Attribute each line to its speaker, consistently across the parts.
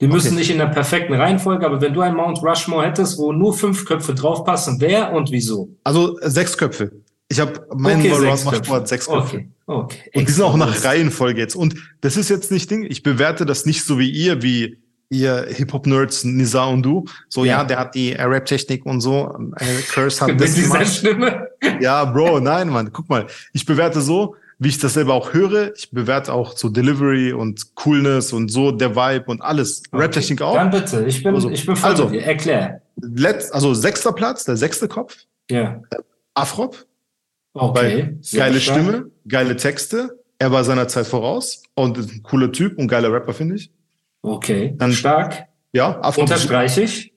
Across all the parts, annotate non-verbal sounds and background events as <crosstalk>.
Speaker 1: Die müssen nicht in der perfekten Reihenfolge, aber wenn du ein Mount Rushmore hättest, wo nur fünf Köpfe draufpassen, wer und wieso?
Speaker 2: Also äh, sechs Köpfe. Ich habe meinen okay,
Speaker 1: sechs
Speaker 2: macht
Speaker 1: Köpfe.
Speaker 2: Sport sechs Köpfe.
Speaker 1: Okay, okay.
Speaker 2: Und die sind auch nach
Speaker 1: Exakt.
Speaker 2: Reihenfolge jetzt. Und das ist jetzt nicht Ding. Ich bewerte das nicht so wie ihr, wie ihr Hip-Hop-Nerds, Nisa und du. So, ja,
Speaker 1: Ja.
Speaker 2: der hat die äh, Rap-Technik und so. Äh, Curse
Speaker 1: <laughs>
Speaker 2: hat
Speaker 1: Mit
Speaker 2: das
Speaker 1: dieser
Speaker 2: gemacht.
Speaker 1: Stimme.
Speaker 2: Ja, Bro, nein, Mann. Guck mal. Ich bewerte so, wie ich das selber auch höre. Ich bewerte auch so Delivery und Coolness und so, der Vibe und alles. Rap-Technik auch.
Speaker 1: Dann bitte, ich bin,
Speaker 2: Also-
Speaker 1: ich bin voll
Speaker 2: also-
Speaker 1: mit dir. Erklär.
Speaker 2: Letz, also sechster Platz, der sechste Kopf.
Speaker 1: Ja.
Speaker 2: Afrop.
Speaker 1: Okay.
Speaker 2: Weil
Speaker 1: sehr
Speaker 2: geile
Speaker 1: stark.
Speaker 2: Stimme, geile Texte. Er war seiner Zeit voraus und ist ein cooler Typ und geiler Rapper, finde ich.
Speaker 1: Okay.
Speaker 2: Dann-
Speaker 1: stark.
Speaker 2: Ja, Afro.
Speaker 1: Unterstreiche ich.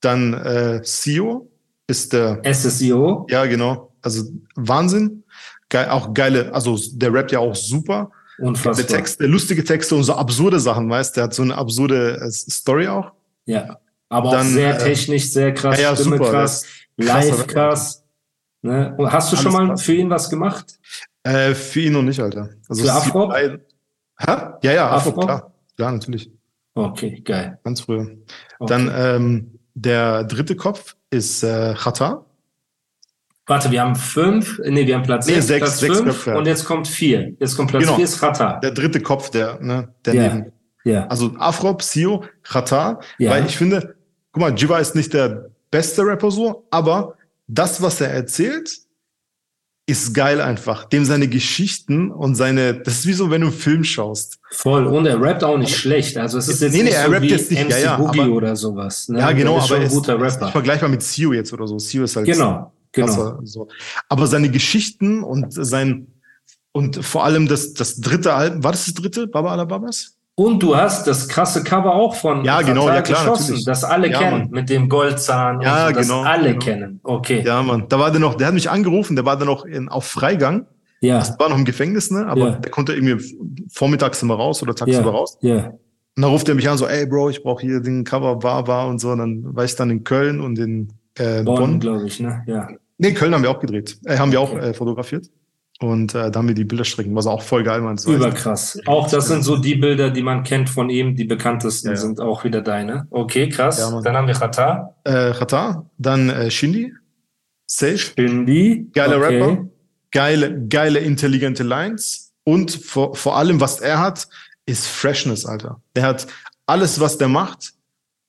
Speaker 2: Dann äh, CEO ist der,
Speaker 1: SSEO.
Speaker 2: ja genau, also Wahnsinn. Geil, auch geile, also der rappt ja auch super. Geile
Speaker 1: Unfassbar.
Speaker 2: Texte, lustige Texte und so absurde Sachen, weißt Der hat so eine absurde äh, Story auch.
Speaker 1: Ja. Aber
Speaker 2: Dann,
Speaker 1: auch sehr
Speaker 2: äh,
Speaker 1: technisch, sehr krass.
Speaker 2: ja, ja,
Speaker 1: Stimme
Speaker 2: super,
Speaker 1: krass.
Speaker 2: krasser
Speaker 1: Live
Speaker 2: Rapper.
Speaker 1: krass. Ne? Und Hast du schon
Speaker 2: Alles
Speaker 1: mal
Speaker 2: krass.
Speaker 1: für ihn was gemacht?
Speaker 2: Äh, für ihn noch nicht, Alter. Also
Speaker 1: Für
Speaker 2: CEO
Speaker 1: Afrop?
Speaker 2: Hä? Ja, ja, Afrop,
Speaker 1: Afrop?
Speaker 2: klar. Klar, natürlich.
Speaker 1: Okay, geil.
Speaker 2: Ganz früher.
Speaker 1: Okay.
Speaker 2: Dann ähm, der dritte Kopf ist äh, Chata.
Speaker 1: Warte, wir haben fünf, nee, wir haben Platz
Speaker 2: Nee,
Speaker 1: sechs,
Speaker 2: sechs-
Speaker 1: Platz
Speaker 2: sechs
Speaker 1: fünf
Speaker 2: Köpfe.
Speaker 1: und jetzt kommt vier. Jetzt kommt Platz
Speaker 2: Genau.
Speaker 1: vier ist Rata.
Speaker 2: Der dritte Kopf, der, ne, der
Speaker 1: Ja.
Speaker 2: neben.
Speaker 1: Ja,
Speaker 2: Also Afro, Sio, Chata.
Speaker 1: Ja.
Speaker 2: Weil ich finde, guck mal, Jiva ist nicht der beste Rapper so, aber das, was er erzählt, ist geil einfach. Dem seine Geschichten und seine, das ist wie so, wenn du einen Film schaust.
Speaker 1: voll. Und er rappt auch nicht schlecht. Also es ist jetzt
Speaker 2: Nee, nee,
Speaker 1: nicht
Speaker 2: er
Speaker 1: so
Speaker 2: rappt
Speaker 1: wie
Speaker 2: jetzt nicht,
Speaker 1: MC
Speaker 2: ja, ja,
Speaker 1: Boogie
Speaker 2: aber-
Speaker 1: oder sowas. Ne?
Speaker 2: Ja, genau,
Speaker 1: Er ist
Speaker 2: aber
Speaker 1: schon
Speaker 2: er
Speaker 1: ein
Speaker 2: ist,
Speaker 1: guter
Speaker 2: ist nicht
Speaker 1: Rapper.
Speaker 2: vergleichbar mit Sio jetzt oder so. Sio ist halt
Speaker 1: Genau, genau.
Speaker 2: Krasser, so. Aber seine Geschichten und sein und vor allem das, das dritte Album, war das das dritte, Baba Alababas?
Speaker 1: Und du hast das krasse Cover auch von
Speaker 2: Ja,
Speaker 1: Rata
Speaker 2: genau, ja, klar,
Speaker 1: geschossen,
Speaker 2: natürlich.
Speaker 1: das alle
Speaker 2: Ja,
Speaker 1: kennen,
Speaker 2: Mann.
Speaker 1: mit dem Goldzahn
Speaker 2: Ja,
Speaker 1: und so,
Speaker 2: genau,
Speaker 1: das alle
Speaker 2: genau.
Speaker 1: kennen. Okay.
Speaker 2: Ja, Mann. Da war der noch, der hat mich angerufen, der war dann noch in, auf Freigang.
Speaker 1: Ja,
Speaker 2: War noch im Gefängnis, ne? Aber
Speaker 1: Ja.
Speaker 2: der konnte irgendwie vormittags immer raus oder
Speaker 1: ja,
Speaker 2: tagsüber
Speaker 1: ja.
Speaker 2: raus. Und dann ruft er mich an, so, ey Bro, ich brauche hier den Cover, war, war und so. Und dann war ich dann in Köln und in äh,
Speaker 1: Bonn,
Speaker 2: Bonn.
Speaker 1: glaube ich, ne? Ja.
Speaker 2: Nee, Köln haben wir auch gedreht. Äh, haben wir auch
Speaker 1: Okay.
Speaker 2: äh, fotografiert. Und äh, da haben wir die Bilderstrecken, was auch voll geil war. Das war echt-
Speaker 1: Überkrass. Auch das sind so die Bilder, die man kennt von ihm, die bekanntesten
Speaker 2: Ja, ja.
Speaker 1: sind auch wieder deine. Okay, krass.
Speaker 2: Ja, Mann.
Speaker 1: Dann haben wir Rata.
Speaker 2: äh, Rata, dann äh, Shindy, Sage,
Speaker 1: Bindi.
Speaker 2: Geiler
Speaker 1: okay.
Speaker 2: Rapper. geile, geile, intelligente Lines und vor, vor allem, was er hat, ist Freshness, Alter. Der hat alles, was der macht,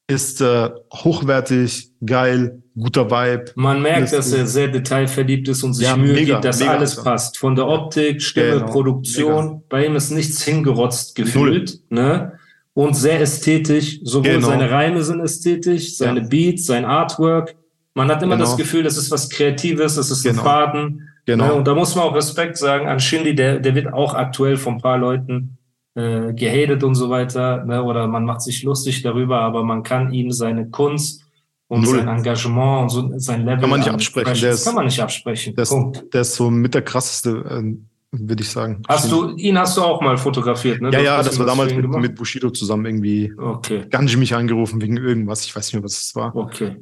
Speaker 2: ist äh, hochwertig, geil, guter Vibe.
Speaker 1: Man merkt,
Speaker 2: Das
Speaker 1: dass er
Speaker 2: ist-
Speaker 1: sehr detailverliebt ist und sich
Speaker 2: Ja,
Speaker 1: Mühe
Speaker 2: mega,
Speaker 1: gibt, dass
Speaker 2: mega,
Speaker 1: alles
Speaker 2: Alter.
Speaker 1: passt. Von der Optik, Stimme,
Speaker 2: Genau,
Speaker 1: Produktion. Bei ihm ist nichts hingerotzt gefühlt. Ne? Und sehr ästhetisch. Sowohl
Speaker 2: Genau.
Speaker 1: seine Reime sind ästhetisch, seine
Speaker 2: Ja.
Speaker 1: Beats, sein Artwork. Man hat immer
Speaker 2: Genau.
Speaker 1: das Gefühl, das ist was Kreatives, das ist
Speaker 2: Genau.
Speaker 1: ein Faden. Ne?
Speaker 2: Genau.
Speaker 1: Und da muss man auch Respekt sagen an Shindy, der, der wird auch aktuell von ein paar Leuten äh, gehatet und so weiter. Ne? Oder man macht sich lustig darüber, aber man kann ihm seine Kunst und
Speaker 2: Null.
Speaker 1: sein Engagement und so, sein Level.
Speaker 2: Kann man nicht
Speaker 1: an
Speaker 2: absprechen,
Speaker 1: Freshness
Speaker 2: der ist-
Speaker 1: kann man nicht absprechen.
Speaker 2: Der ist,
Speaker 1: Punkt.
Speaker 2: der ist so mit der krasseste, äh, würde ich sagen.
Speaker 1: Hast du, ihn hast du auch mal fotografiert, ne?
Speaker 2: Ja,
Speaker 1: Du
Speaker 2: ja,
Speaker 1: hast
Speaker 2: das
Speaker 1: ihm
Speaker 2: war
Speaker 1: was
Speaker 2: damals
Speaker 1: für ihn
Speaker 2: mit,
Speaker 1: gemacht?
Speaker 2: mit Bushido zusammen irgendwie.
Speaker 1: Okay,
Speaker 2: Ganji mich angerufen wegen irgendwas. Ich weiß nicht mehr, was es war.
Speaker 1: okay.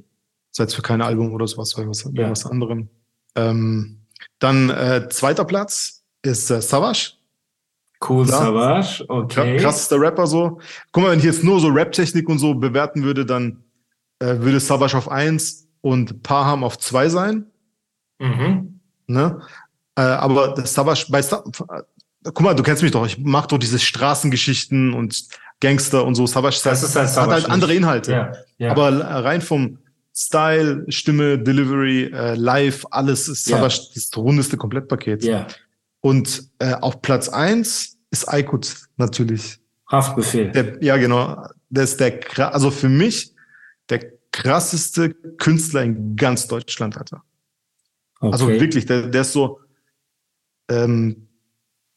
Speaker 2: Sei es für kein Album oder sowas, weil was,
Speaker 1: Ja.
Speaker 2: was anderem. Ähm, dann äh, zweiter Platz ist äh, Savage.
Speaker 1: Cool,
Speaker 2: Klar.
Speaker 1: Savage, okay.
Speaker 2: Krass, Krassester Rapper so. Guck mal, wenn ich jetzt nur so Rap-Technik und so bewerten würde, dann äh, würde Savage auf 1 und Paham auf 2 sein.
Speaker 1: Mhm.
Speaker 2: Ne? Äh, aber das Savage, bei Sa äh, guck mal, du kennst mich doch, ich mag doch diese Straßengeschichten und Gangster und so. Savage,
Speaker 1: Das ist halt
Speaker 2: hat
Speaker 1: Savage.
Speaker 2: halt andere
Speaker 1: nicht.
Speaker 2: Inhalte.
Speaker 1: Ja, ja.
Speaker 2: Aber rein vom Style, Stimme, Delivery, äh, Live, alles ist
Speaker 1: Ja.
Speaker 2: Savas das rundeste Komplettpaket.
Speaker 1: Ja,
Speaker 2: Und äh, auf Platz eins ist Aykut natürlich.
Speaker 1: Haftbefehl.
Speaker 2: Der, ja, genau. Der ist der, kra- also für mich der krasseste Künstler in ganz Deutschland, Alter.
Speaker 1: okay.
Speaker 2: Also wirklich, der, der ist so, ähm,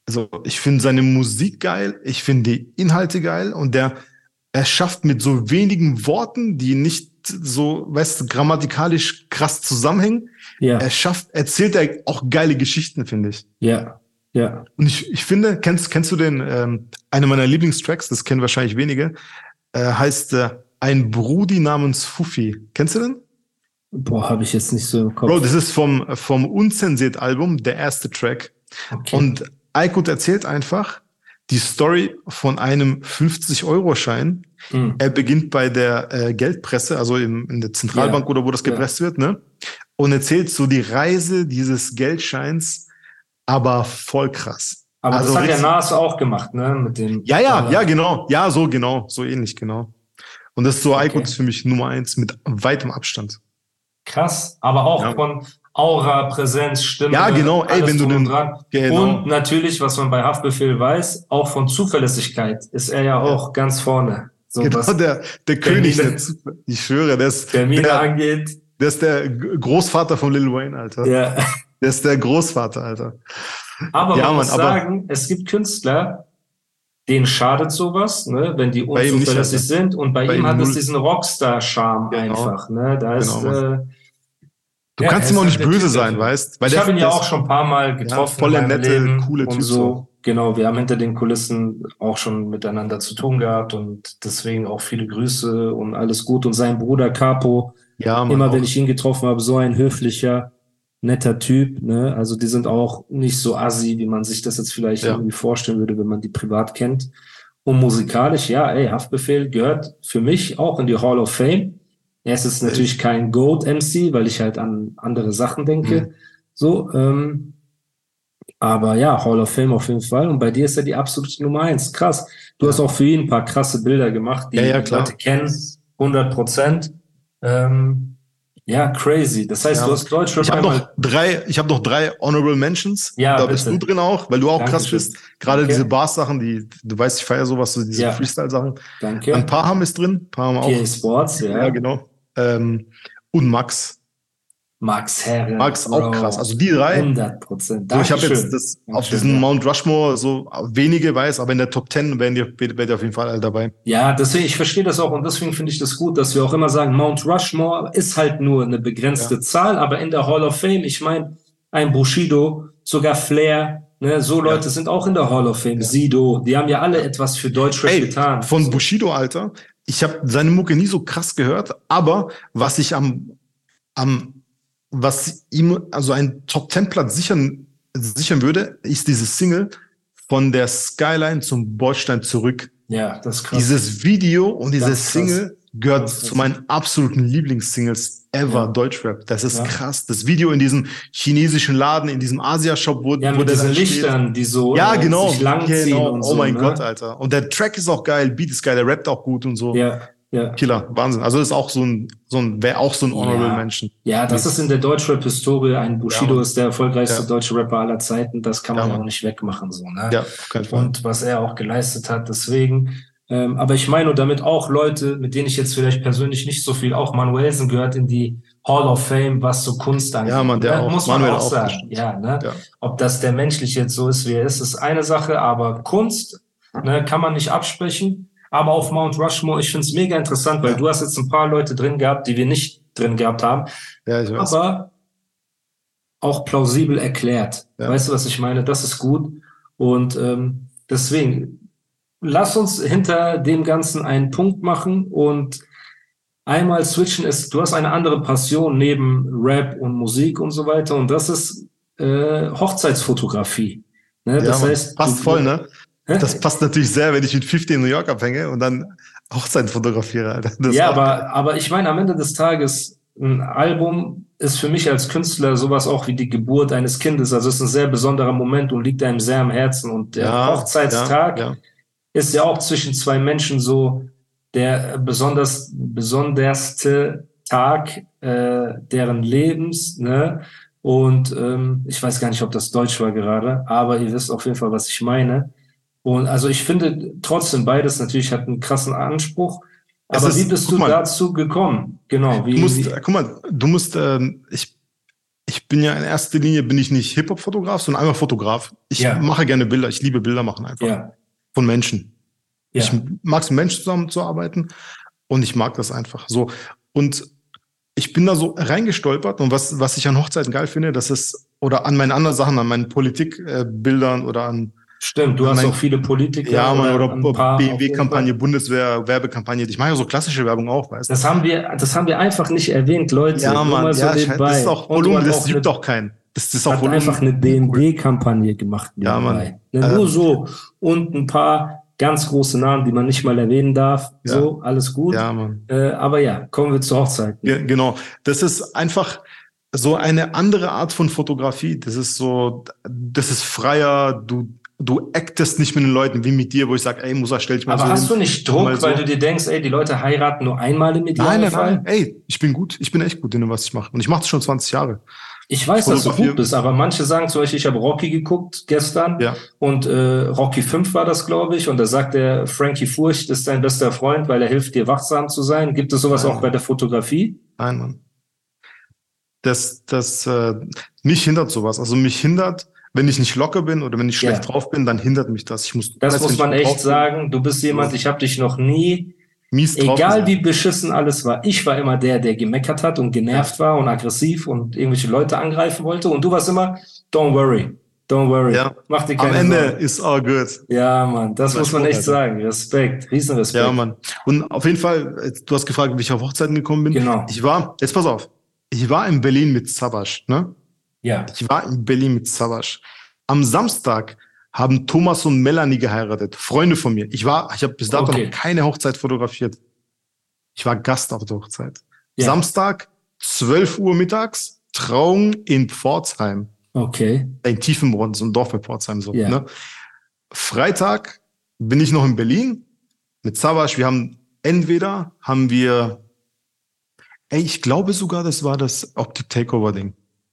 Speaker 2: also ich finde seine Musik geil, ich finde die Inhalte geil und der, er schafft mit so wenigen Worten, die nicht so, weißt du, grammatikalisch krass zusammenhängen,
Speaker 1: Ja,
Speaker 2: er schafft, erzählt er auch geile Geschichten, finde ich.
Speaker 1: ja, ja.
Speaker 2: Und ich, ich finde, kennst, kennst du den, ähm, eine meiner Lieblingstracks, das kennen wahrscheinlich wenige, äh, heißt äh, Ein Brudi namens Fufi. Kennst du den?
Speaker 1: Boah, habe ich jetzt nicht so im Kopf.
Speaker 2: Bro, das ist vom, vom Unzensiert-Album, der erste Track.
Speaker 1: okay.
Speaker 2: Und Aykut erzählt einfach die Story von einem 50-Euro-Schein.
Speaker 1: Hm.
Speaker 2: Er beginnt bei der äh, Geldpresse, also im, in der Zentralbank oder wo das
Speaker 1: Ja.
Speaker 2: gepresst wird, ne? Und erzählt so die Reise dieses Geldscheins, aber voll krass.
Speaker 1: Aber
Speaker 2: also
Speaker 1: das hat ja
Speaker 2: richtig-
Speaker 1: Nas auch gemacht, ne? Mit dem,
Speaker 2: Ja, ja, ja, genau. Ja, so genau, so ähnlich, genau. Und das ist so Aykut ist für mich Nummer eins mit weitem Abstand.
Speaker 1: Krass, aber auch
Speaker 2: Ja.
Speaker 1: von Aura, Präsenz, Stimme.
Speaker 2: Ja, genau, ey,
Speaker 1: alles
Speaker 2: wenn du
Speaker 1: drum
Speaker 2: den-
Speaker 1: und dran.
Speaker 2: Genau.
Speaker 1: Und natürlich, was man bei Haftbefehl weiß, auch von Zuverlässigkeit ist er ja auch ganz vorne. So
Speaker 2: genau,
Speaker 1: was
Speaker 2: der, der König,
Speaker 1: Mine-
Speaker 2: der, Zu- ich schwöre, der ist,
Speaker 1: Termine
Speaker 2: der,
Speaker 1: angeht.
Speaker 2: der ist der G- Großvater von Lil Wayne, Alter.
Speaker 1: Ja.
Speaker 2: Der ist der Großvater, Alter.
Speaker 1: Aber
Speaker 2: Ja,
Speaker 1: man
Speaker 2: Mann,
Speaker 1: muss
Speaker 2: aber-
Speaker 1: sagen, es gibt Künstler, denen schadet sowas, ne? wenn die
Speaker 2: Bei ihm nicht,
Speaker 1: unzuverlässig
Speaker 2: Alter.
Speaker 1: sind. Und bei,
Speaker 2: Bei
Speaker 1: ihm
Speaker 2: ihm
Speaker 1: hat es
Speaker 2: null.
Speaker 1: diesen Rockstar-Charme
Speaker 2: Genau.
Speaker 1: einfach. Ne? Da ist,
Speaker 2: Genau,
Speaker 1: äh,
Speaker 2: Du
Speaker 1: Ja,
Speaker 2: kannst
Speaker 1: er
Speaker 2: ihm auch
Speaker 1: ist
Speaker 2: nicht
Speaker 1: halt der
Speaker 2: böse
Speaker 1: Typ
Speaker 2: sein,
Speaker 1: dafür.
Speaker 2: weißt? Weil
Speaker 1: ich
Speaker 2: der-
Speaker 1: habe ihn ja
Speaker 2: der ist-
Speaker 1: auch schon ein paar Mal getroffen.
Speaker 2: voll der
Speaker 1: in meinem
Speaker 2: nette,
Speaker 1: Leben
Speaker 2: coole
Speaker 1: und
Speaker 2: Typ
Speaker 1: so. Genau, wir haben hinter den Kulissen auch schon miteinander zu tun gehabt und deswegen auch viele Grüße und alles gut. Und sein Bruder Capo,
Speaker 2: Ja, Mann,
Speaker 1: immer
Speaker 2: auch.
Speaker 1: wenn ich ihn getroffen habe, so ein höflicher, netter Typ. Ne? Also die sind auch nicht so assi, wie man sich das jetzt vielleicht
Speaker 2: Ja.
Speaker 1: irgendwie vorstellen würde, wenn man die privat kennt. Und musikalisch, ja, ey, Haftbefehl gehört für mich auch in die Hall of Fame. Er ist jetzt natürlich kein Goat-MC, weil ich halt an andere Sachen
Speaker 2: Hm.
Speaker 1: denke. So, ähm, aber ja, Hall of Fame auf jeden Fall. Und bei dir ist er die absolute Nummer eins. Krass. Du hast auch für ihn ein paar krasse Bilder gemacht, die
Speaker 2: Ja, ja,
Speaker 1: die
Speaker 2: klar.
Speaker 1: Leute kennen. 100 Prozent. Ähm, ja, crazy. Das heißt,
Speaker 2: Ja.
Speaker 1: du hast Deutschrap
Speaker 2: Ich habe
Speaker 1: einmal-
Speaker 2: noch drei, ich habe noch drei honorable Mentions.
Speaker 1: Ja,
Speaker 2: da bist
Speaker 1: bitte.
Speaker 2: du drin auch, weil du auch krass
Speaker 1: Dankeschön.
Speaker 2: bist. Gerade
Speaker 1: Okay.
Speaker 2: diese Bars-Sachen, die du weißt, ich feiere sowas, so diese
Speaker 1: Ja.
Speaker 2: Freestyle-Sachen. Ein
Speaker 1: Danke.
Speaker 2: paar haben es drin, ein paar haben auch.
Speaker 1: PA Sports, ja.
Speaker 2: Ja, genau. Ähm, und Max.
Speaker 1: Max Herre.
Speaker 2: Max auch
Speaker 1: Bro.
Speaker 2: krass. Also die drei.
Speaker 1: 100 Prozent.
Speaker 2: So, ich habe jetzt das auf
Speaker 1: Dankeschön,
Speaker 2: diesen
Speaker 1: ja.
Speaker 2: Mount Rushmore so wenige weiß, aber in der Top 10 wären die, wären die auf jeden Fall alle dabei.
Speaker 1: Ja, deswegen, ich verstehe das auch und deswegen finde ich das gut, dass wir auch immer sagen, Mount Rushmore ist halt nur eine begrenzte Zahl, aber in der Hall of Fame, ich meine, ein Bushido, sogar Flair, ne, so Leute sind auch in der Hall of Fame, Sido, die haben ja alle etwas für Deutschrap
Speaker 2: Ey,
Speaker 1: getan.
Speaker 2: Von Bushido, Alter. Ich habe seine Mucke nie so krass gehört, aber was ich am, am was ihm also einen Top 10 Platz sichern, sichern würde, ist diese Single von der Skyline zum Bordstein zurück.
Speaker 1: ja, das ist krass.
Speaker 2: Dieses Video und diese
Speaker 1: Ganz krass.
Speaker 2: Single gehört
Speaker 1: Ganz krass.
Speaker 2: zu meinen absoluten Lieblingssingles ever
Speaker 1: Ja.
Speaker 2: Deutschrap. Das ist
Speaker 1: Ja.
Speaker 2: krass. Das Video in diesem chinesischen Laden, in diesem Asia-Shop, wo,
Speaker 1: ja,
Speaker 2: wo
Speaker 1: mit
Speaker 2: der
Speaker 1: diesen
Speaker 2: dann steht.
Speaker 1: Lichtern, die so
Speaker 2: Ja,
Speaker 1: äh,
Speaker 2: genau.
Speaker 1: sich langziehen
Speaker 2: genau.
Speaker 1: und
Speaker 2: oh
Speaker 1: so.
Speaker 2: mein
Speaker 1: ne?
Speaker 2: Gott, also. Alter. Und der Track ist auch geil, Beat ist geil, der rappt auch gut und so.
Speaker 1: Ja, ja.
Speaker 2: Killer, Wahnsinn. Also ist auch so ein, so ein wäre auch so ein Honorable
Speaker 1: Ja.
Speaker 2: Menschen.
Speaker 1: Ja, das ist in der Deutschrap-Historie. Ein Bushido
Speaker 2: Ja.
Speaker 1: ist der erfolgreichste
Speaker 2: Ja.
Speaker 1: deutsche Rapper aller Zeiten. Das kann man
Speaker 2: Ja,
Speaker 1: auch
Speaker 2: Mann.
Speaker 1: nicht wegmachen, so, ne?
Speaker 2: Ja, auf keinen Fall.
Speaker 1: Und was er auch geleistet hat, deswegen. Ähm, aber ich meine nur damit auch Leute, mit denen ich jetzt vielleicht persönlich nicht so viel, auch Manuelsen gehört in die Hall of Fame, was so Kunst angeht.
Speaker 2: Ja, Mann, der
Speaker 1: ne?
Speaker 2: auch.
Speaker 1: Muss man
Speaker 2: Manuel
Speaker 1: auch
Speaker 2: auch, das
Speaker 1: sagen.
Speaker 2: stimmt.
Speaker 1: Ja, ne?
Speaker 2: Ja.
Speaker 1: Ob das der menschlich jetzt so ist, wie er ist, ist eine Sache, aber Kunst ne, kann man nicht absprechen. Aber auf Mount Rushmore, ich finde es mega interessant, weil du hast jetzt ein paar Leute drin gehabt, die wir nicht drin gehabt haben
Speaker 2: ja, ich weiß.
Speaker 1: aber auch plausibel erklärt.
Speaker 2: Ja.
Speaker 1: Weißt du, was ich meine? Das ist gut. Und ähm, deswegen, lass uns hinter dem Ganzen einen Punkt machen und einmal switchen. Ist, du hast eine andere Passion neben Rap und Musik und so weiter. Und das ist äh, Hochzeitsfotografie. Ne?
Speaker 2: ja,
Speaker 1: das
Speaker 2: Mann.
Speaker 1: heißt,
Speaker 2: passt
Speaker 1: du-
Speaker 2: voll, ne?
Speaker 1: Hä?
Speaker 2: Das passt natürlich sehr, wenn ich mit 50 in New York abhänge und dann Hochzeit fotografiere, Alter. Das ist
Speaker 1: ja,
Speaker 2: auch-
Speaker 1: aber, aber ich meine, am Ende des Tages, ein Album ist für mich als Künstler sowas auch wie die Geburt eines Kindes. Also es ist ein sehr besonderer Moment und liegt einem sehr am Herzen. Und der
Speaker 2: ja,
Speaker 1: Hochzeitstag
Speaker 2: Ja, ja.
Speaker 1: ist ja auch zwischen zwei Menschen so der besonders, äh, besonderste Tag äh, deren Lebens, ne? Und ähm, ich weiß gar nicht, ob das Deutsch war gerade, aber ihr wisst auf jeden Fall, was ich meine. Und also ich finde trotzdem beides natürlich hat einen krassen Anspruch.
Speaker 2: Es
Speaker 1: Aber
Speaker 2: ist-
Speaker 1: wie bist du
Speaker 2: guck mal.
Speaker 1: dazu gekommen? Genau, wie,
Speaker 2: Du musst, äh,
Speaker 1: wie
Speaker 2: guck mal, du musst, ähm, ich, ich bin ja in erster Linie bin ich nicht Hip-Hop-Fotograf, sondern einfach Fotograf. Ich
Speaker 1: Ja.
Speaker 2: mache gerne Bilder, ich liebe Bilder machen einfach
Speaker 1: ja,
Speaker 2: von Menschen.
Speaker 1: ja,
Speaker 2: Ich mag es, mit Menschen zusammenzuarbeiten und ich mag das einfach so. Und ich bin da so reingestolpert und was, was ich an Hochzeiten geil finde, das ist, oder an meinen anderen Sachen, an meinen Politikbildern äh, Bildern oder an,
Speaker 1: stimmt. Du hast
Speaker 2: mein-
Speaker 1: auch viele Politiker.
Speaker 2: ja, man, oder,
Speaker 1: ein paar auf jeden
Speaker 2: BMW-Kampagne, Bundeswehr, Werbekampagne. Ich mache ja so klassische Werbung auch, weißt du?
Speaker 1: Das haben wir, das haben wir einfach nicht erwähnt, Leute.
Speaker 2: Ja,
Speaker 1: Nur
Speaker 2: Mann,
Speaker 1: mal so
Speaker 2: ja, scheiße,
Speaker 1: nebenbei.
Speaker 2: das ist auch
Speaker 1: Und du hast
Speaker 2: Volumen, das
Speaker 1: auch
Speaker 2: juckt
Speaker 1: eine-
Speaker 2: auch keinen. Das, das ist auch
Speaker 1: Hat
Speaker 2: Volumen.
Speaker 1: einfach eine BMW-Kampagne gemacht.
Speaker 2: Ja,
Speaker 1: nebenbei. Ne, nur
Speaker 2: Ähm,
Speaker 1: so. Und ein paar ganz große Namen, die man nicht mal erwähnen darf.
Speaker 2: Ja.
Speaker 1: So, alles gut.
Speaker 2: Ja, Mann.
Speaker 1: Äh, aber ja, kommen wir zur Hochzeit.
Speaker 2: Ge- Genau. Das ist einfach so eine andere Art von Fotografie. Das ist so, das ist freier, du, du actest nicht mit den Leuten wie mit dir, wo ich sage, ey, Musa, stell dich mal
Speaker 1: Aber
Speaker 2: so
Speaker 1: hast du
Speaker 2: hin.
Speaker 1: nicht
Speaker 2: also mal
Speaker 1: Druck,
Speaker 2: so.
Speaker 1: weil du dir denkst, ey, die Leute heiraten nur einmal im
Speaker 2: Nein, nein,
Speaker 1: Idealfall?
Speaker 2: nein. Ey, ich bin gut. Ich bin echt gut in dem, was ich mache. Und ich mache das schon 20 Jahre.
Speaker 1: Ich weiß, dass du
Speaker 2: Fotografieren.
Speaker 1: gut bist, aber manche sagen zum Beispiel, ich habe Rocky geguckt gestern
Speaker 2: Ja.
Speaker 1: und äh, Rocky 5 war das, glaube ich, und da sagt der Frankie Furcht ist dein bester Freund, weil er hilft dir wachsam zu sein. Gibt es sowas auch bei der Fotografie?
Speaker 2: Nein, Mann. Das, das, äh, mich hindert sowas. Also mich hindert, wenn ich nicht locker bin oder wenn ich schlecht
Speaker 1: Ja.
Speaker 2: drauf bin, dann hindert mich das. Ich muss,
Speaker 1: Das
Speaker 2: weiß, wenn
Speaker 1: muss
Speaker 2: ich
Speaker 1: man
Speaker 2: gut drauf
Speaker 1: echt
Speaker 2: bin,
Speaker 1: sagen. Du bist jemand, ich habe dich noch nie,
Speaker 2: Mies drauf
Speaker 1: egal
Speaker 2: sein.
Speaker 1: wie beschissen alles war, ich war immer der, der gemeckert hat und genervt war und aggressiv und irgendwelche Leute angreifen wollte. Und du warst immer, don't worry, don't worry,
Speaker 2: Ja.
Speaker 1: mach dir
Speaker 2: Am
Speaker 1: keine
Speaker 2: Ende
Speaker 1: Sorgen.
Speaker 2: ist all good.
Speaker 1: Ja, Mann, das
Speaker 2: Das
Speaker 1: muss man
Speaker 2: Sport,
Speaker 1: echt
Speaker 2: Alter.
Speaker 1: sagen. Respekt, Riesenrespekt.
Speaker 2: Ja, Mann. Und auf jeden Fall, äh, du hast gefragt, wie ich auf Hochzeiten gekommen bin.
Speaker 1: Genau.
Speaker 2: Ich war, jetzt pass auf, ich war in Berlin mit Zabasch, ne?
Speaker 1: Ja.
Speaker 2: Ich war in Berlin mit Zabasch. Am Samstag haben Thomas und Melanie geheiratet, Freunde von mir. Ich war, ich habe bis dato
Speaker 1: Okay.
Speaker 2: noch keine Hochzeit fotografiert. Ich war Gast auf der Hochzeit.
Speaker 1: Ja.
Speaker 2: Samstag, 12 Uhr mittags, Trauung in Pforzheim.
Speaker 1: Okay.
Speaker 2: in Tiefenbronn, so ein Dorf bei Pforzheim. So,
Speaker 1: Ja.
Speaker 2: ne? Freitag bin ich noch in Berlin mit Zabasch. Wir haben entweder haben wir, ey, ich glaube sogar, das war das Optic Takeover Ding.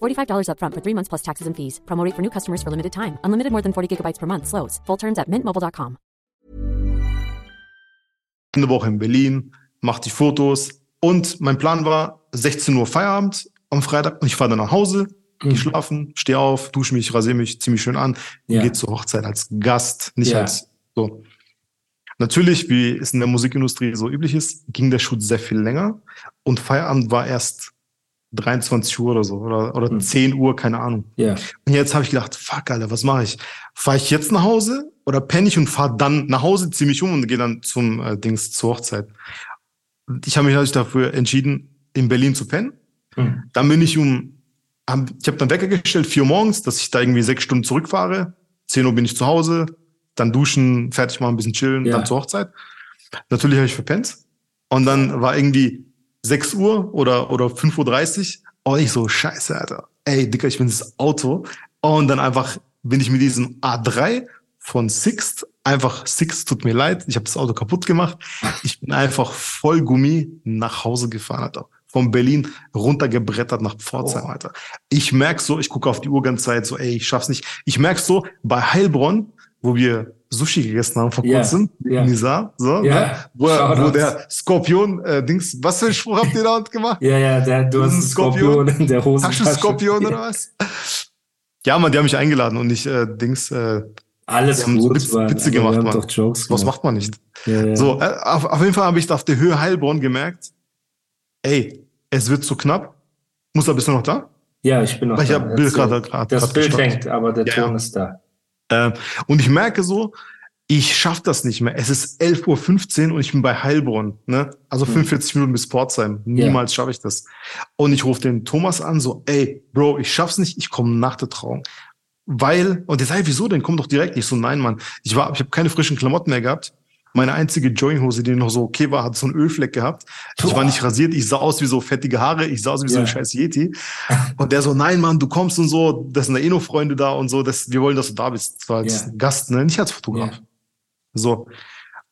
Speaker 3: $45 upfront for three months plus taxes and fees. Promo rate for new customers for limited time. Unlimited more than 40 gigabytes per month. Slows. Full terms at mintmobile.com.
Speaker 2: eine Woche in Berlin, mache die Fotos und mein Plan war 16 Uhr Feierabend am Freitag und ich fahre dann nach Hause,
Speaker 1: Mhm.
Speaker 2: geh schlafen, stehe auf, dusche mich, rasiere mich, zieh mich schön an,
Speaker 1: Ja.
Speaker 2: gehe zur Hochzeit als Gast, nicht
Speaker 1: Ja.
Speaker 2: als so. Natürlich, wie es in der Musikindustrie so üblich ist, ging der Shoot sehr viel länger und Feierabend war erst 23 Uhr oder so oder, oder
Speaker 1: Mhm.
Speaker 2: 10 Uhr, keine Ahnung.
Speaker 1: Ja.
Speaker 2: Und jetzt habe ich gedacht, fuck, Alter, was mache ich? Fahre ich jetzt nach Hause oder penne ich und fahre dann nach Hause, ziehe mich um und gehe dann zum äh, Dings zur Hochzeit? Und Ich habe mich natürlich dafür entschieden, in Berlin zu pennen.
Speaker 1: Hm.
Speaker 2: Dann bin ich um, hab, ich habe dann Wecker gestellt, 4 Uhr morgens, dass ich da irgendwie sechs Stunden zurückfahre. 10 Uhr bin ich zu Hause, dann duschen, fertig machen, ein bisschen chillen,
Speaker 1: Ja.
Speaker 2: dann zur Hochzeit. Natürlich habe ich verpennt. Und dann war irgendwie 6 Uhr oder, oder 5.30 Uhr. Und ich so, scheiße, Alter. Ey, Dicker, ich bin das Auto. Und dann einfach bin ich mit diesem A3 von Sixt, einfach Sixt, tut mir leid, ich habe das Auto kaputt gemacht. Ich bin einfach voll Gummi nach Hause gefahren, Alter. Von Berlin runtergebrettert nach Pforzheim, Alter. Ich merk so, ich gucke auf die Uhr ganze Zeit, so, ey, ich schaff's nicht. Ich merk so, bei Heilbronn wo wir Sushi gegessen haben vor
Speaker 1: Ja,
Speaker 2: kurzem,
Speaker 1: ja.
Speaker 2: in Nizar, so,
Speaker 1: Ja,
Speaker 2: ne? wo, er- wo
Speaker 1: Shoutouts.
Speaker 2: der Skorpion, äh, Dings, was für ein Spruch habt ihr dort gemacht?
Speaker 1: Ja, ja, der, du hast
Speaker 2: Ein
Speaker 1: einen Skorpion in der Hosentasche.
Speaker 2: Taschenskorpion oder
Speaker 1: Ja.
Speaker 2: was? Ja, Mann, die haben mich eingeladen und ich, äh, Dings, äh,
Speaker 1: Alles
Speaker 2: Wir haben so
Speaker 1: gut,
Speaker 2: Witz-
Speaker 1: Mann.
Speaker 2: Witze
Speaker 1: Aber
Speaker 2: gemacht,
Speaker 1: wir haben
Speaker 2: Mann.
Speaker 1: doch Jokes
Speaker 2: was
Speaker 1: gemacht.
Speaker 2: macht man nicht?
Speaker 1: Ja, ja.
Speaker 2: So, äh, auf, auf jeden Fall habe ich da auf der Höhe Heilbronn gemerkt, ey, es wird zu knapp. Musa, bist du noch da?
Speaker 1: ja, ich bin noch
Speaker 2: Weil ich
Speaker 1: da.
Speaker 2: hab Bild
Speaker 1: Erzähl.
Speaker 2: gerade- gerade-
Speaker 1: Das
Speaker 2: gerade
Speaker 1: Bild
Speaker 2: gestoppt.
Speaker 1: hängt, aber der
Speaker 2: Ja,
Speaker 1: Ton
Speaker 2: ja.
Speaker 1: ist da.
Speaker 2: Äh, und ich merke so, ich schaffe das nicht mehr. Es ist 11.15 Uhr und ich bin bei Heilbronn. Ne? Also
Speaker 1: Hm.
Speaker 2: 45 Minuten bis Pforzheim. Niemals schaffe ich das. Und ich rufe den Thomas an, so, ey, Bro, ich schaff's nicht, ich komme nach der Trauung. Weil, und der sagt, wieso denn? Komm doch direkt. Ich so, nein, Mann. Ich war, ich habe keine frischen Klamotten mehr gehabt. Meine einzige Jogginghose, die noch so okay war, hat so einen Ölfleck gehabt. Ich war nicht rasiert, ich sah aus wie so fettige Haare, ich sah aus wie so
Speaker 1: Ja.
Speaker 2: ein
Speaker 1: <laughs>
Speaker 2: scheiß Yeti. Und der so, nein, Mann, du kommst und so, das sind ja eh nur Freunde da und so, das, wir wollen, dass du da bist. So als
Speaker 1: Ja.
Speaker 2: Gast, ne? Nicht als Fotograf.
Speaker 1: Ja.
Speaker 2: So.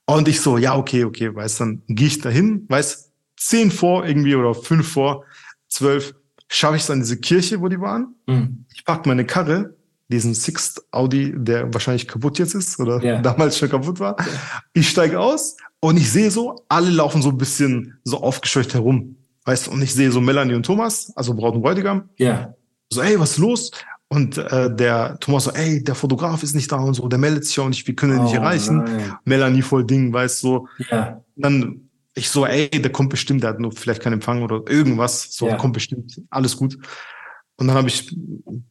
Speaker 2: Und ich so, ja, okay, okay, weißt dann gehe ich dahin, weißt zehn vor irgendwie oder fünf vor, zwölf, schaffe ich es an diese Kirche, wo die waren.
Speaker 1: Hm.
Speaker 2: Ich pack meine Karre, diesen Sixth Audi, der wahrscheinlich kaputt jetzt ist oder
Speaker 1: Ja.
Speaker 2: <laughs> damals schon kaputt war. Ich steige aus und ich sehe so, alle laufen so ein bisschen so aufgescheucht herum. Weißt du, und ich sehe so Melanie und Thomas, also Braut und Bräutigam,
Speaker 1: Ja,
Speaker 2: so, ey, was ist los? Und äh, der Thomas so, ey, der Fotograf ist nicht da und so, der meldet sich auch nicht, wir können ihn nicht
Speaker 1: Oh,
Speaker 2: erreichen.
Speaker 1: nein.
Speaker 2: Melanie voll Ding, weißt du. So.
Speaker 1: ja,
Speaker 2: Dann ich so, ey, der kommt bestimmt, der hat nur vielleicht keinen Empfang oder irgendwas. So,
Speaker 1: Ja.
Speaker 2: kommt bestimmt, alles gut. Und dann habe ich,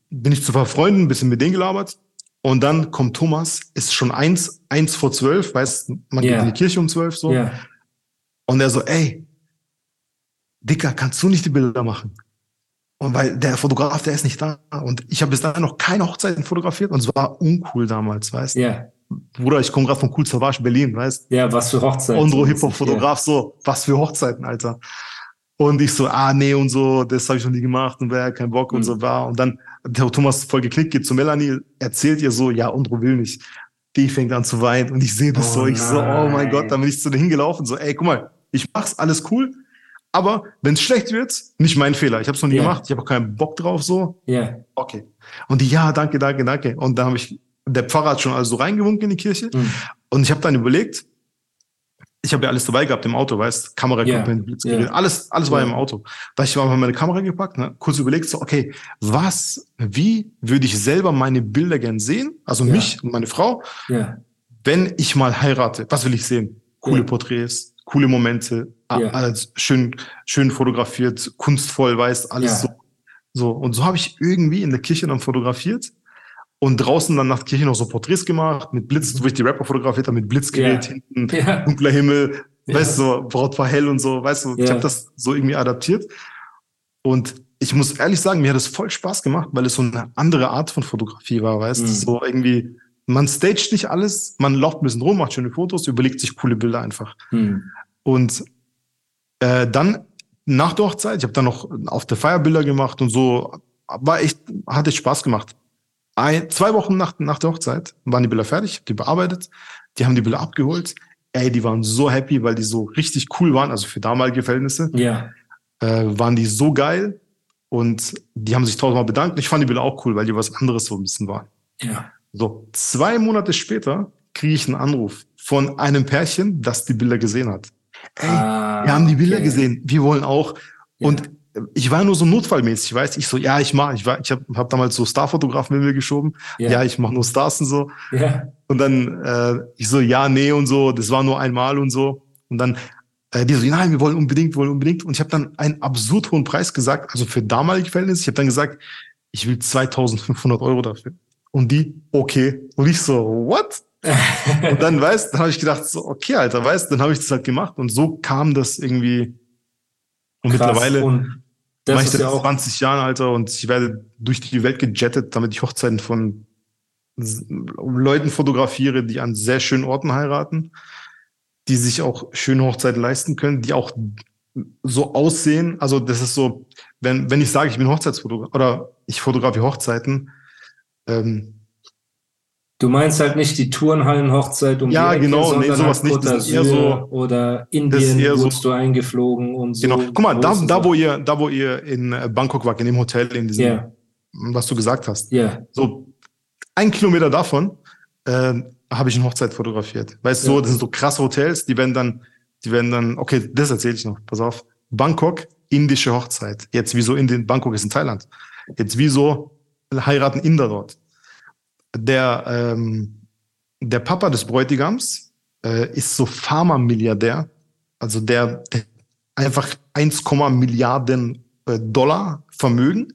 Speaker 2: bin ich zu ein paar Freunden, ein bisschen mit denen gelabert. Und dann kommt Thomas, ist schon eins, eins vor zwölf, weißt man
Speaker 1: Ja.
Speaker 2: geht in die Kirche um zwölf so.
Speaker 1: ja.
Speaker 2: Und er so, ey, Dicker, kannst du nicht die Bilder machen? Und weil der Fotograf, der ist nicht da. Und ich habe bis dahin noch keine Hochzeiten fotografiert und es war uncool damals, weißt du?
Speaker 1: Ja,
Speaker 2: Bruder, ich komme gerade von Cool Savage Berlin, weißt
Speaker 1: ja, was für
Speaker 2: du?
Speaker 1: Hochzeit.
Speaker 2: Unsere Hip-Hop-Fotograf, so, was für Hochzeiten, Alter. Und ich so, ah, nee, und so, das habe ich noch nie gemacht und wer kein Bock und
Speaker 1: Mhm.
Speaker 2: so war. Und dann der Thomas voll geknickt, geht zu Melanie, erzählt ihr so, ja, Undro will nicht. Die fängt an zu weinen und ich sehe das
Speaker 1: Oh
Speaker 2: so. Ich so, oh mein
Speaker 1: nein.
Speaker 2: Gott, dann bin ich zu denen hingelaufen, so, ey, guck mal, ich mach's, alles cool. Aber wenn es schlecht wird, nicht mein Fehler. Ich habe es noch nie
Speaker 1: Ja.
Speaker 2: gemacht, ich habe auch keinen Bock drauf, so.
Speaker 1: Ja, ja.
Speaker 2: Okay. Und die, ja, danke, danke, danke. Und da habe ich, der Pfarrer hat schon also so reingewunken in die Kirche.
Speaker 1: Hm.
Speaker 2: Und ich habe dann überlegt, ich habe ja alles dabei gehabt im Auto, weißt Kamera,
Speaker 1: Ja,
Speaker 2: Komponenten, Blitzgerät,
Speaker 1: ja.
Speaker 2: alles, alles war
Speaker 1: Ja.
Speaker 2: im Auto. Da hab ich einfach meine Kamera gepackt, ne? kurz überlegt, so, okay, was, wie würde ich selber meine Bilder gern sehen, also
Speaker 1: Ja.
Speaker 2: mich und meine Frau,
Speaker 1: ja.
Speaker 2: wenn ich mal heirate, was will ich sehen? Coole
Speaker 1: Ja.
Speaker 2: Porträts, coole Momente, a-
Speaker 1: Ja.
Speaker 2: alles schön, schön fotografiert, kunstvoll, weißt, alles
Speaker 1: Ja.
Speaker 2: so. So. Und so habe ich irgendwie in der Kirche dann fotografiert und draußen dann nach der Kirche noch so Porträts gemacht, mit Blitz, wo ich die Rapper fotografiert habe, mit Blitzgerät
Speaker 1: Mhm. Ja.
Speaker 2: hinten,
Speaker 1: Ja.
Speaker 2: dunkler Himmel,
Speaker 1: Ja.
Speaker 2: weißt du, so, Braut war hell und so, weißt du, ich
Speaker 1: Ja.
Speaker 2: habe das so irgendwie adaptiert. Und ich muss ehrlich sagen, mir hat es voll Spaß gemacht, weil es so eine andere Art von Fotografie war, weißt du,
Speaker 1: Mhm.
Speaker 2: so irgendwie, man staged nicht alles, man läuft ein bisschen rum, macht schöne Fotos, überlegt sich coole Bilder einfach.
Speaker 1: Hm.
Speaker 2: Und äh, dann nach der Hochzeit, ich habe dann noch auf der Feier Bilder gemacht und so, war echt, hat echt Spaß gemacht. Ein, zwei Wochen nach, nach der Hochzeit waren die Bilder fertig, hab die bearbeitet, die haben die Bilder abgeholt. Ey, die waren so happy, weil die so richtig cool waren, also für damalige Verhältnisse,
Speaker 1: Ja,
Speaker 2: äh, waren die so geil und die haben sich tausendmal bedankt. Ich fand die Bilder auch cool, weil die was anderes so ein bisschen waren.
Speaker 1: ja.
Speaker 2: So, zwei Monate später kriege ich einen Anruf von einem Pärchen, das die Bilder gesehen hat. Ey,
Speaker 1: Ah,
Speaker 2: wir haben die Bilder
Speaker 1: okay.
Speaker 2: gesehen, wir wollen auch. Und äh, ich war nur so notfallmäßig, weißt ich so, ja, ich mache, ich war, ich habe hab damals so Starfotografen mit mir geschoben,
Speaker 1: Ja.
Speaker 2: ja, ich mache nur Stars und so.
Speaker 1: Ja,
Speaker 2: Und dann äh, ich so, ja, nee und so, das war nur einmal und so. Und dann äh, die so, nein, wir wollen unbedingt, wir wollen unbedingt. Und ich habe dann einen absurd hohen Preis gesagt, also für damalige Verhältnisse. Ich habe dann gesagt, ich will 2.500 Euro dafür. Und die, okay. Und ich so, what? und dann, weißt dann habe ich gedacht, so, okay, Alter, weißt dann habe ich das halt gemacht. Und so kam das irgendwie.
Speaker 1: krass.
Speaker 2: Und mittlerweile
Speaker 1: Und
Speaker 2: war
Speaker 1: das
Speaker 2: ich
Speaker 1: ist
Speaker 2: seit
Speaker 1: ja auch.
Speaker 2: 20 Jahren, Alter, und ich werde durch die Welt gejettet, damit ich Hochzeiten von s- Leuten fotografiere, die an sehr schönen Orten heiraten, die sich auch schöne Hochzeiten leisten können, die auch so aussehen. Also, das ist so, wenn, wenn ich sage, ich bin Hochzeitsfotograf oder ich fotografiere Hochzeiten, ähm,
Speaker 1: Du meinst halt nicht die Turnhallen-Hochzeit um
Speaker 2: Ja,
Speaker 1: die Ecke,
Speaker 2: genau, nee,
Speaker 1: sondern halt
Speaker 2: sowas nicht.
Speaker 1: Côte
Speaker 2: Das ist eher
Speaker 1: d'Azur
Speaker 2: so-
Speaker 1: oder
Speaker 2: das ist
Speaker 1: Indien
Speaker 2: eher so-
Speaker 1: wurdest du eingeflogen und so.
Speaker 2: genau. Guck mal, da,
Speaker 1: Große
Speaker 2: da, wo
Speaker 1: Sachen.
Speaker 2: ihr, da, wo ihr in äh, Bangkok wart, in dem Hotel, in diesem,
Speaker 1: Ja,
Speaker 2: was du gesagt hast,
Speaker 1: ja,
Speaker 2: so ein Kilometer davon ähm, habe ich eine Hochzeit fotografiert. Weißt du, so, das sind so krasse Hotels, die werden dann, die werden dann, okay, das erzähle ich noch, pass auf. Bangkok, indische Hochzeit. Jetzt wieso Indien, Bangkok ist in Thailand. Jetzt wieso heiraten Inder dort? Der, ähm, der Papa des Bräutigams äh, ist so Pharma-Milliardär. Also der, der einfach 1, Milliarden äh, Dollar Vermögen.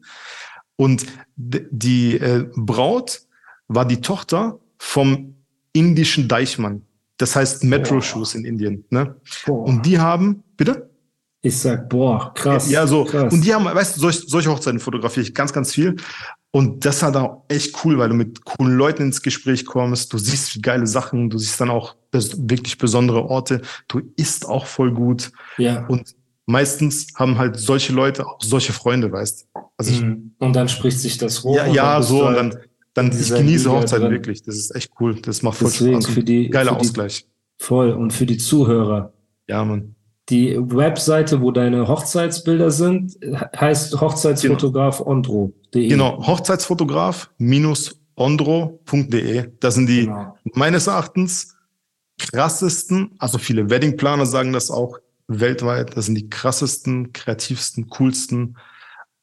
Speaker 2: Und d- die äh, Braut war die Tochter vom indischen Deichmann. Das heißt Metro-Shoes in Indien. Ne?
Speaker 1: Boah.
Speaker 2: Und die haben, bitte?
Speaker 1: ich sag, boah, krass.
Speaker 2: Ja, so.
Speaker 1: Krass.
Speaker 2: Und die haben, weißt du, solch, solche Hochzeiten fotografiere ich ganz, ganz viel. Und das ist halt auch echt cool, weil du mit coolen Leuten ins Gespräch kommst, du siehst geile Sachen, du siehst dann auch bes- wirklich besondere Orte, du isst auch voll gut.
Speaker 1: ja.
Speaker 2: Und meistens haben halt solche Leute auch solche Freunde, weißt Also ich,
Speaker 1: Mhm. und dann spricht sich das rum.
Speaker 2: ja,
Speaker 1: und
Speaker 2: ja,
Speaker 1: bist
Speaker 2: so.
Speaker 1: du
Speaker 2: Und
Speaker 1: halt-
Speaker 2: dann, dann ich
Speaker 1: dieser
Speaker 2: genieße
Speaker 1: Liga
Speaker 2: Hochzeiten
Speaker 1: drin.
Speaker 2: wirklich. Das ist echt cool. Das macht voll
Speaker 1: Deswegen
Speaker 2: Spaß.
Speaker 1: für die
Speaker 2: Geiler
Speaker 1: für die,
Speaker 2: Ausgleich.
Speaker 1: Voll. Und für die Zuhörer.
Speaker 2: Ja, Mann.
Speaker 1: Die Webseite, wo deine Hochzeitsbilder sind, he- heißt hochzeitsfotografondro.de.
Speaker 2: Genau. Hochzeitsfotograf-ondro.de. Das sind die
Speaker 1: Genau.
Speaker 2: meines Erachtens krassesten, also viele Weddingplaner sagen das auch weltweit, das sind die krassesten, kreativsten, coolsten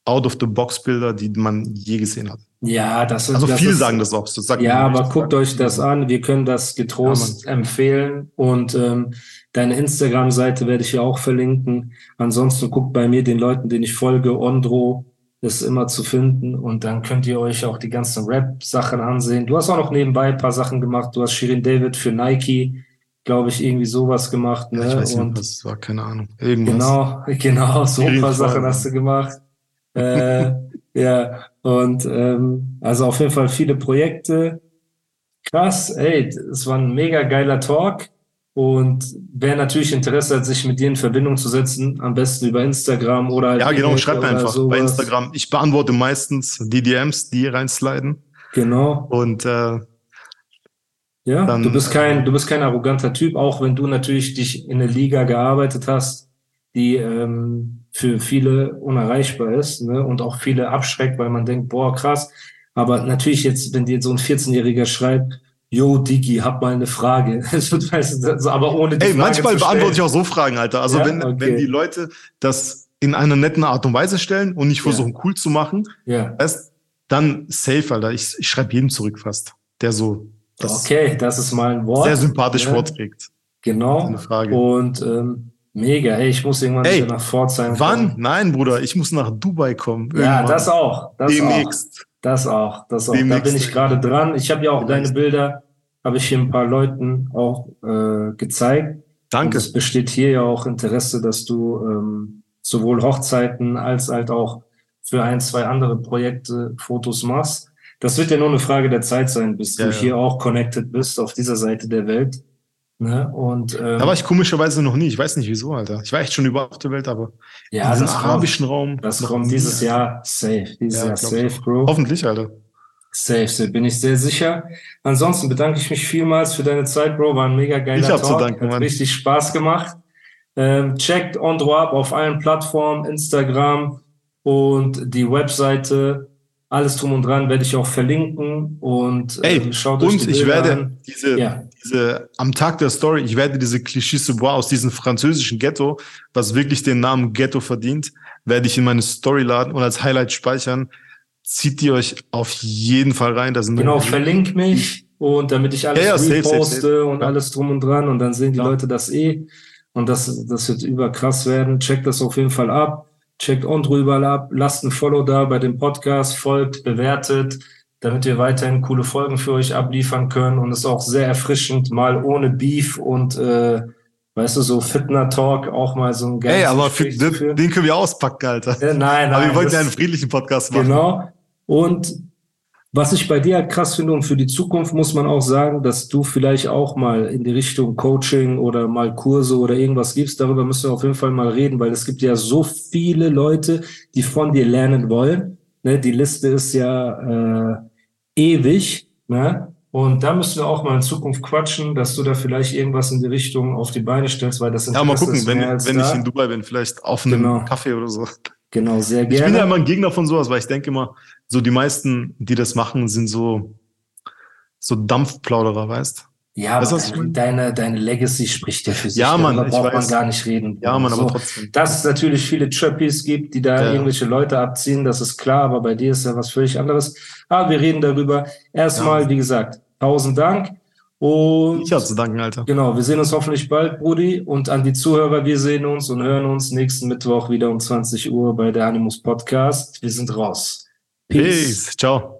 Speaker 2: Out-of-the-Box-Bilder, die man je gesehen hat.
Speaker 1: Ja, das ist
Speaker 2: Also
Speaker 1: das
Speaker 2: viele
Speaker 1: ist,
Speaker 2: sagen das auch. Das sagt
Speaker 1: Ja,
Speaker 2: man nicht.
Speaker 1: aber guckt euch das an. Wir können das getrost empfehlen. Und ähm, deine Instagram-Seite werde ich ja auch verlinken. Ansonsten guckt bei mir den Leuten, denen ich folge, Ondro ist immer zu finden. Und dann könnt ihr euch auch die ganzen Rap-Sachen ansehen. Du hast auch noch nebenbei ein paar Sachen gemacht. Du hast Shirin David für Nike, glaube ich, irgendwie sowas gemacht. Ne?
Speaker 2: Ja, ich weiß nicht,
Speaker 1: Und
Speaker 2: was es war, keine Ahnung. Irgendwas.
Speaker 1: Genau, genau, <laughs> so ein paar Sachen hast du gemacht.
Speaker 2: <laughs>
Speaker 1: Äh, ja, und ähm, also auf jeden Fall viele Projekte. Krass, ey, es war ein mega geiler Talk. Und wer natürlich Interesse hat, sich mit dir in Verbindung zu setzen, am besten über Instagram oder halt
Speaker 2: Ja, genau, schreibt mir
Speaker 1: oder
Speaker 2: einfach
Speaker 1: sowas.
Speaker 2: bei Instagram. Ich beantworte meistens die DMs, die reinsliden.
Speaker 1: Genau.
Speaker 2: Und äh,
Speaker 1: Ja,
Speaker 2: Dann-
Speaker 1: du bist kein, du bist kein arroganter Typ, auch wenn du natürlich dich in eine Liga gearbeitet hast, die ähm, für viele unerreichbar ist, ne, und auch viele abschreckt, weil man denkt, boah, krass. Aber natürlich jetzt, wenn dir so ein 14-Jähriger schreibt, yo, Digi, hab mal eine Frage. <laughs> Es wird meistens so, aber ohne die
Speaker 2: ey,
Speaker 1: Frage
Speaker 2: manchmal
Speaker 1: zu stellen.
Speaker 2: beantworte ich auch so Fragen, Alter. Also
Speaker 1: Ja,
Speaker 2: wenn,
Speaker 1: okay.
Speaker 2: wenn die Leute das in einer netten Art und Weise stellen und nicht versuchen, cool zu machen,
Speaker 1: Ja,
Speaker 2: Weißt, dann safe, Alter. Ich, ich schreibe jedem zurück fast, der so das
Speaker 1: okay, das ist mal ein Wort.
Speaker 2: sehr sympathisch
Speaker 1: Ja,
Speaker 2: vorträgt.
Speaker 1: Genau.
Speaker 2: Eine Frage.
Speaker 1: Und ähm, mega, ey, ich muss irgendwann
Speaker 2: Ey,
Speaker 1: wieder nach Pforzheim
Speaker 2: Wann?
Speaker 1: kommen.
Speaker 2: Nein, Bruder, ich muss nach Dubai kommen.
Speaker 1: Ja,
Speaker 2: irgendwann.
Speaker 1: das auch. Das auch.
Speaker 2: Demnächst.
Speaker 1: Das auch, das auch. Da
Speaker 2: Demnächst.
Speaker 1: bin ich gerade dran. Ich habe ja auch
Speaker 2: Demnächst.
Speaker 1: deine Bilder, habe ich hier ein paar Leuten auch äh, gezeigt. Und
Speaker 2: Danke.
Speaker 1: es besteht hier ja auch Interesse, dass du ähm, sowohl Hochzeiten als halt auch für ein, zwei andere Projekte Fotos machst. Das wird ja nur eine Frage der Zeit sein, bis
Speaker 2: Ja,
Speaker 1: du
Speaker 2: ja.
Speaker 1: hier auch connected bist auf dieser Seite der Welt. Ne? Und ähm,
Speaker 2: Da war ich komischerweise noch nie. Ich weiß nicht wieso, Alter. Ich war echt schon überall auf der Welt, aber
Speaker 1: ja,
Speaker 2: in diesem
Speaker 1: das kommt,
Speaker 2: arabischen Raum.
Speaker 1: das
Speaker 2: noch
Speaker 1: kommt
Speaker 2: nie.
Speaker 1: dieses Jahr safe, dieses
Speaker 2: Ja,
Speaker 1: Jahr
Speaker 2: glaub ich
Speaker 1: safe, Bro.
Speaker 2: Hoffentlich, Alter.
Speaker 1: Safe, safe, bin ich sehr sicher. Ansonsten bedanke ich mich vielmals für deine Zeit, Bro. War ein mega geiler
Speaker 2: Ich hab zu
Speaker 1: Talk.
Speaker 2: danken,
Speaker 1: Hat
Speaker 2: Mann.
Speaker 1: richtig Spaß gemacht. Ähm, checkt Ondro ab auf allen Plattformen, Instagram und die Webseite. Alles drum und dran werde ich auch verlinken. Und
Speaker 2: Ey,
Speaker 1: ähm, schaut euch
Speaker 2: Und
Speaker 1: die
Speaker 2: ich
Speaker 1: Bilder
Speaker 2: werde
Speaker 1: an.
Speaker 2: diese,
Speaker 1: Ja.
Speaker 2: diese, am Tag der Story, ich werde diese Klischee Sebois aus diesem französischen Ghetto, was wirklich den Namen Ghetto verdient, werde ich in meine Story laden und als Highlight speichern. Zieht die euch auf jeden Fall rein. Da sind
Speaker 1: Genau, verlink mich und damit ich alles
Speaker 2: Ja, ja, safe, safe,
Speaker 1: reposte
Speaker 2: safe.
Speaker 1: und
Speaker 2: Ja.
Speaker 1: alles drum und dran und dann sehen die Leute das eh und das, das wird überkrass werden. Checkt das auf jeden Fall ab, checkt Ondro überall ab, lasst ein Follow da bei dem Podcast, folgt, bewertet, damit wir weiterhin coole Folgen für euch abliefern können und es ist auch sehr erfrischend, mal ohne Beef und äh, weißt du, so Fitner-Talk auch mal so ein
Speaker 2: Ey,
Speaker 1: geiles
Speaker 2: aber für,
Speaker 1: Gespräch zu
Speaker 2: den,
Speaker 1: führen.
Speaker 2: den können wir auspacken, Alter.
Speaker 1: Äh, Nein, nein.
Speaker 2: aber wir wollten
Speaker 1: das-
Speaker 2: ja einen friedlichen Podcast machen.
Speaker 1: Genau. Und was ich bei dir halt krass finde und für die Zukunft muss man auch sagen, dass du vielleicht auch mal in die Richtung Coaching oder mal Kurse oder irgendwas gibst. Darüber müssen wir auf jeden Fall mal reden, weil es gibt ja so viele Leute, die von dir lernen wollen. Ne, die Liste ist ja äh, ewig. Ne? Und da müssen wir auch mal in Zukunft quatschen, dass du da vielleicht irgendwas in die Richtung auf die Beine stellst, weil das
Speaker 2: Ja, mal
Speaker 1: Interesse
Speaker 2: gucken,
Speaker 1: ist
Speaker 2: wenn,
Speaker 1: mehr als
Speaker 2: wenn ich
Speaker 1: da.
Speaker 2: in Dubai bin, vielleicht auf einem
Speaker 1: Genau.
Speaker 2: Kaffee oder so.
Speaker 1: Genau, sehr
Speaker 2: Ich
Speaker 1: gerne.
Speaker 2: bin ja immer ein Gegner von sowas, weil ich denke immer, so die meisten, die das machen, sind so, So Dampfplauderer, weißt
Speaker 1: Ja, aber
Speaker 2: Weißt du, was ich
Speaker 1: deine,
Speaker 2: meine?
Speaker 1: deine, deine Legacy spricht ja für sich.
Speaker 2: Ja, Mann,
Speaker 1: Darüber
Speaker 2: ich
Speaker 1: braucht man
Speaker 2: weiß.
Speaker 1: gar nicht reden.
Speaker 2: Ja, Mann, aber
Speaker 1: So.
Speaker 2: trotzdem.
Speaker 1: Dass es natürlich viele Trappies gibt, die da
Speaker 2: Ja.
Speaker 1: irgendwelche Leute abziehen, das ist klar, aber bei dir ist ja was völlig anderes. Aber wir reden darüber. Erstmal, wie gesagt, tausend Dank. Und
Speaker 2: Ich hab zu danken, Alter.
Speaker 1: Genau, wir sehen uns hoffentlich bald, Brudi. Und an die Zuhörer, wir sehen uns und hören uns nächsten Mittwoch wieder um 20 Uhr bei der Animus Podcast. Wir sind raus.
Speaker 2: Peace. Ciao.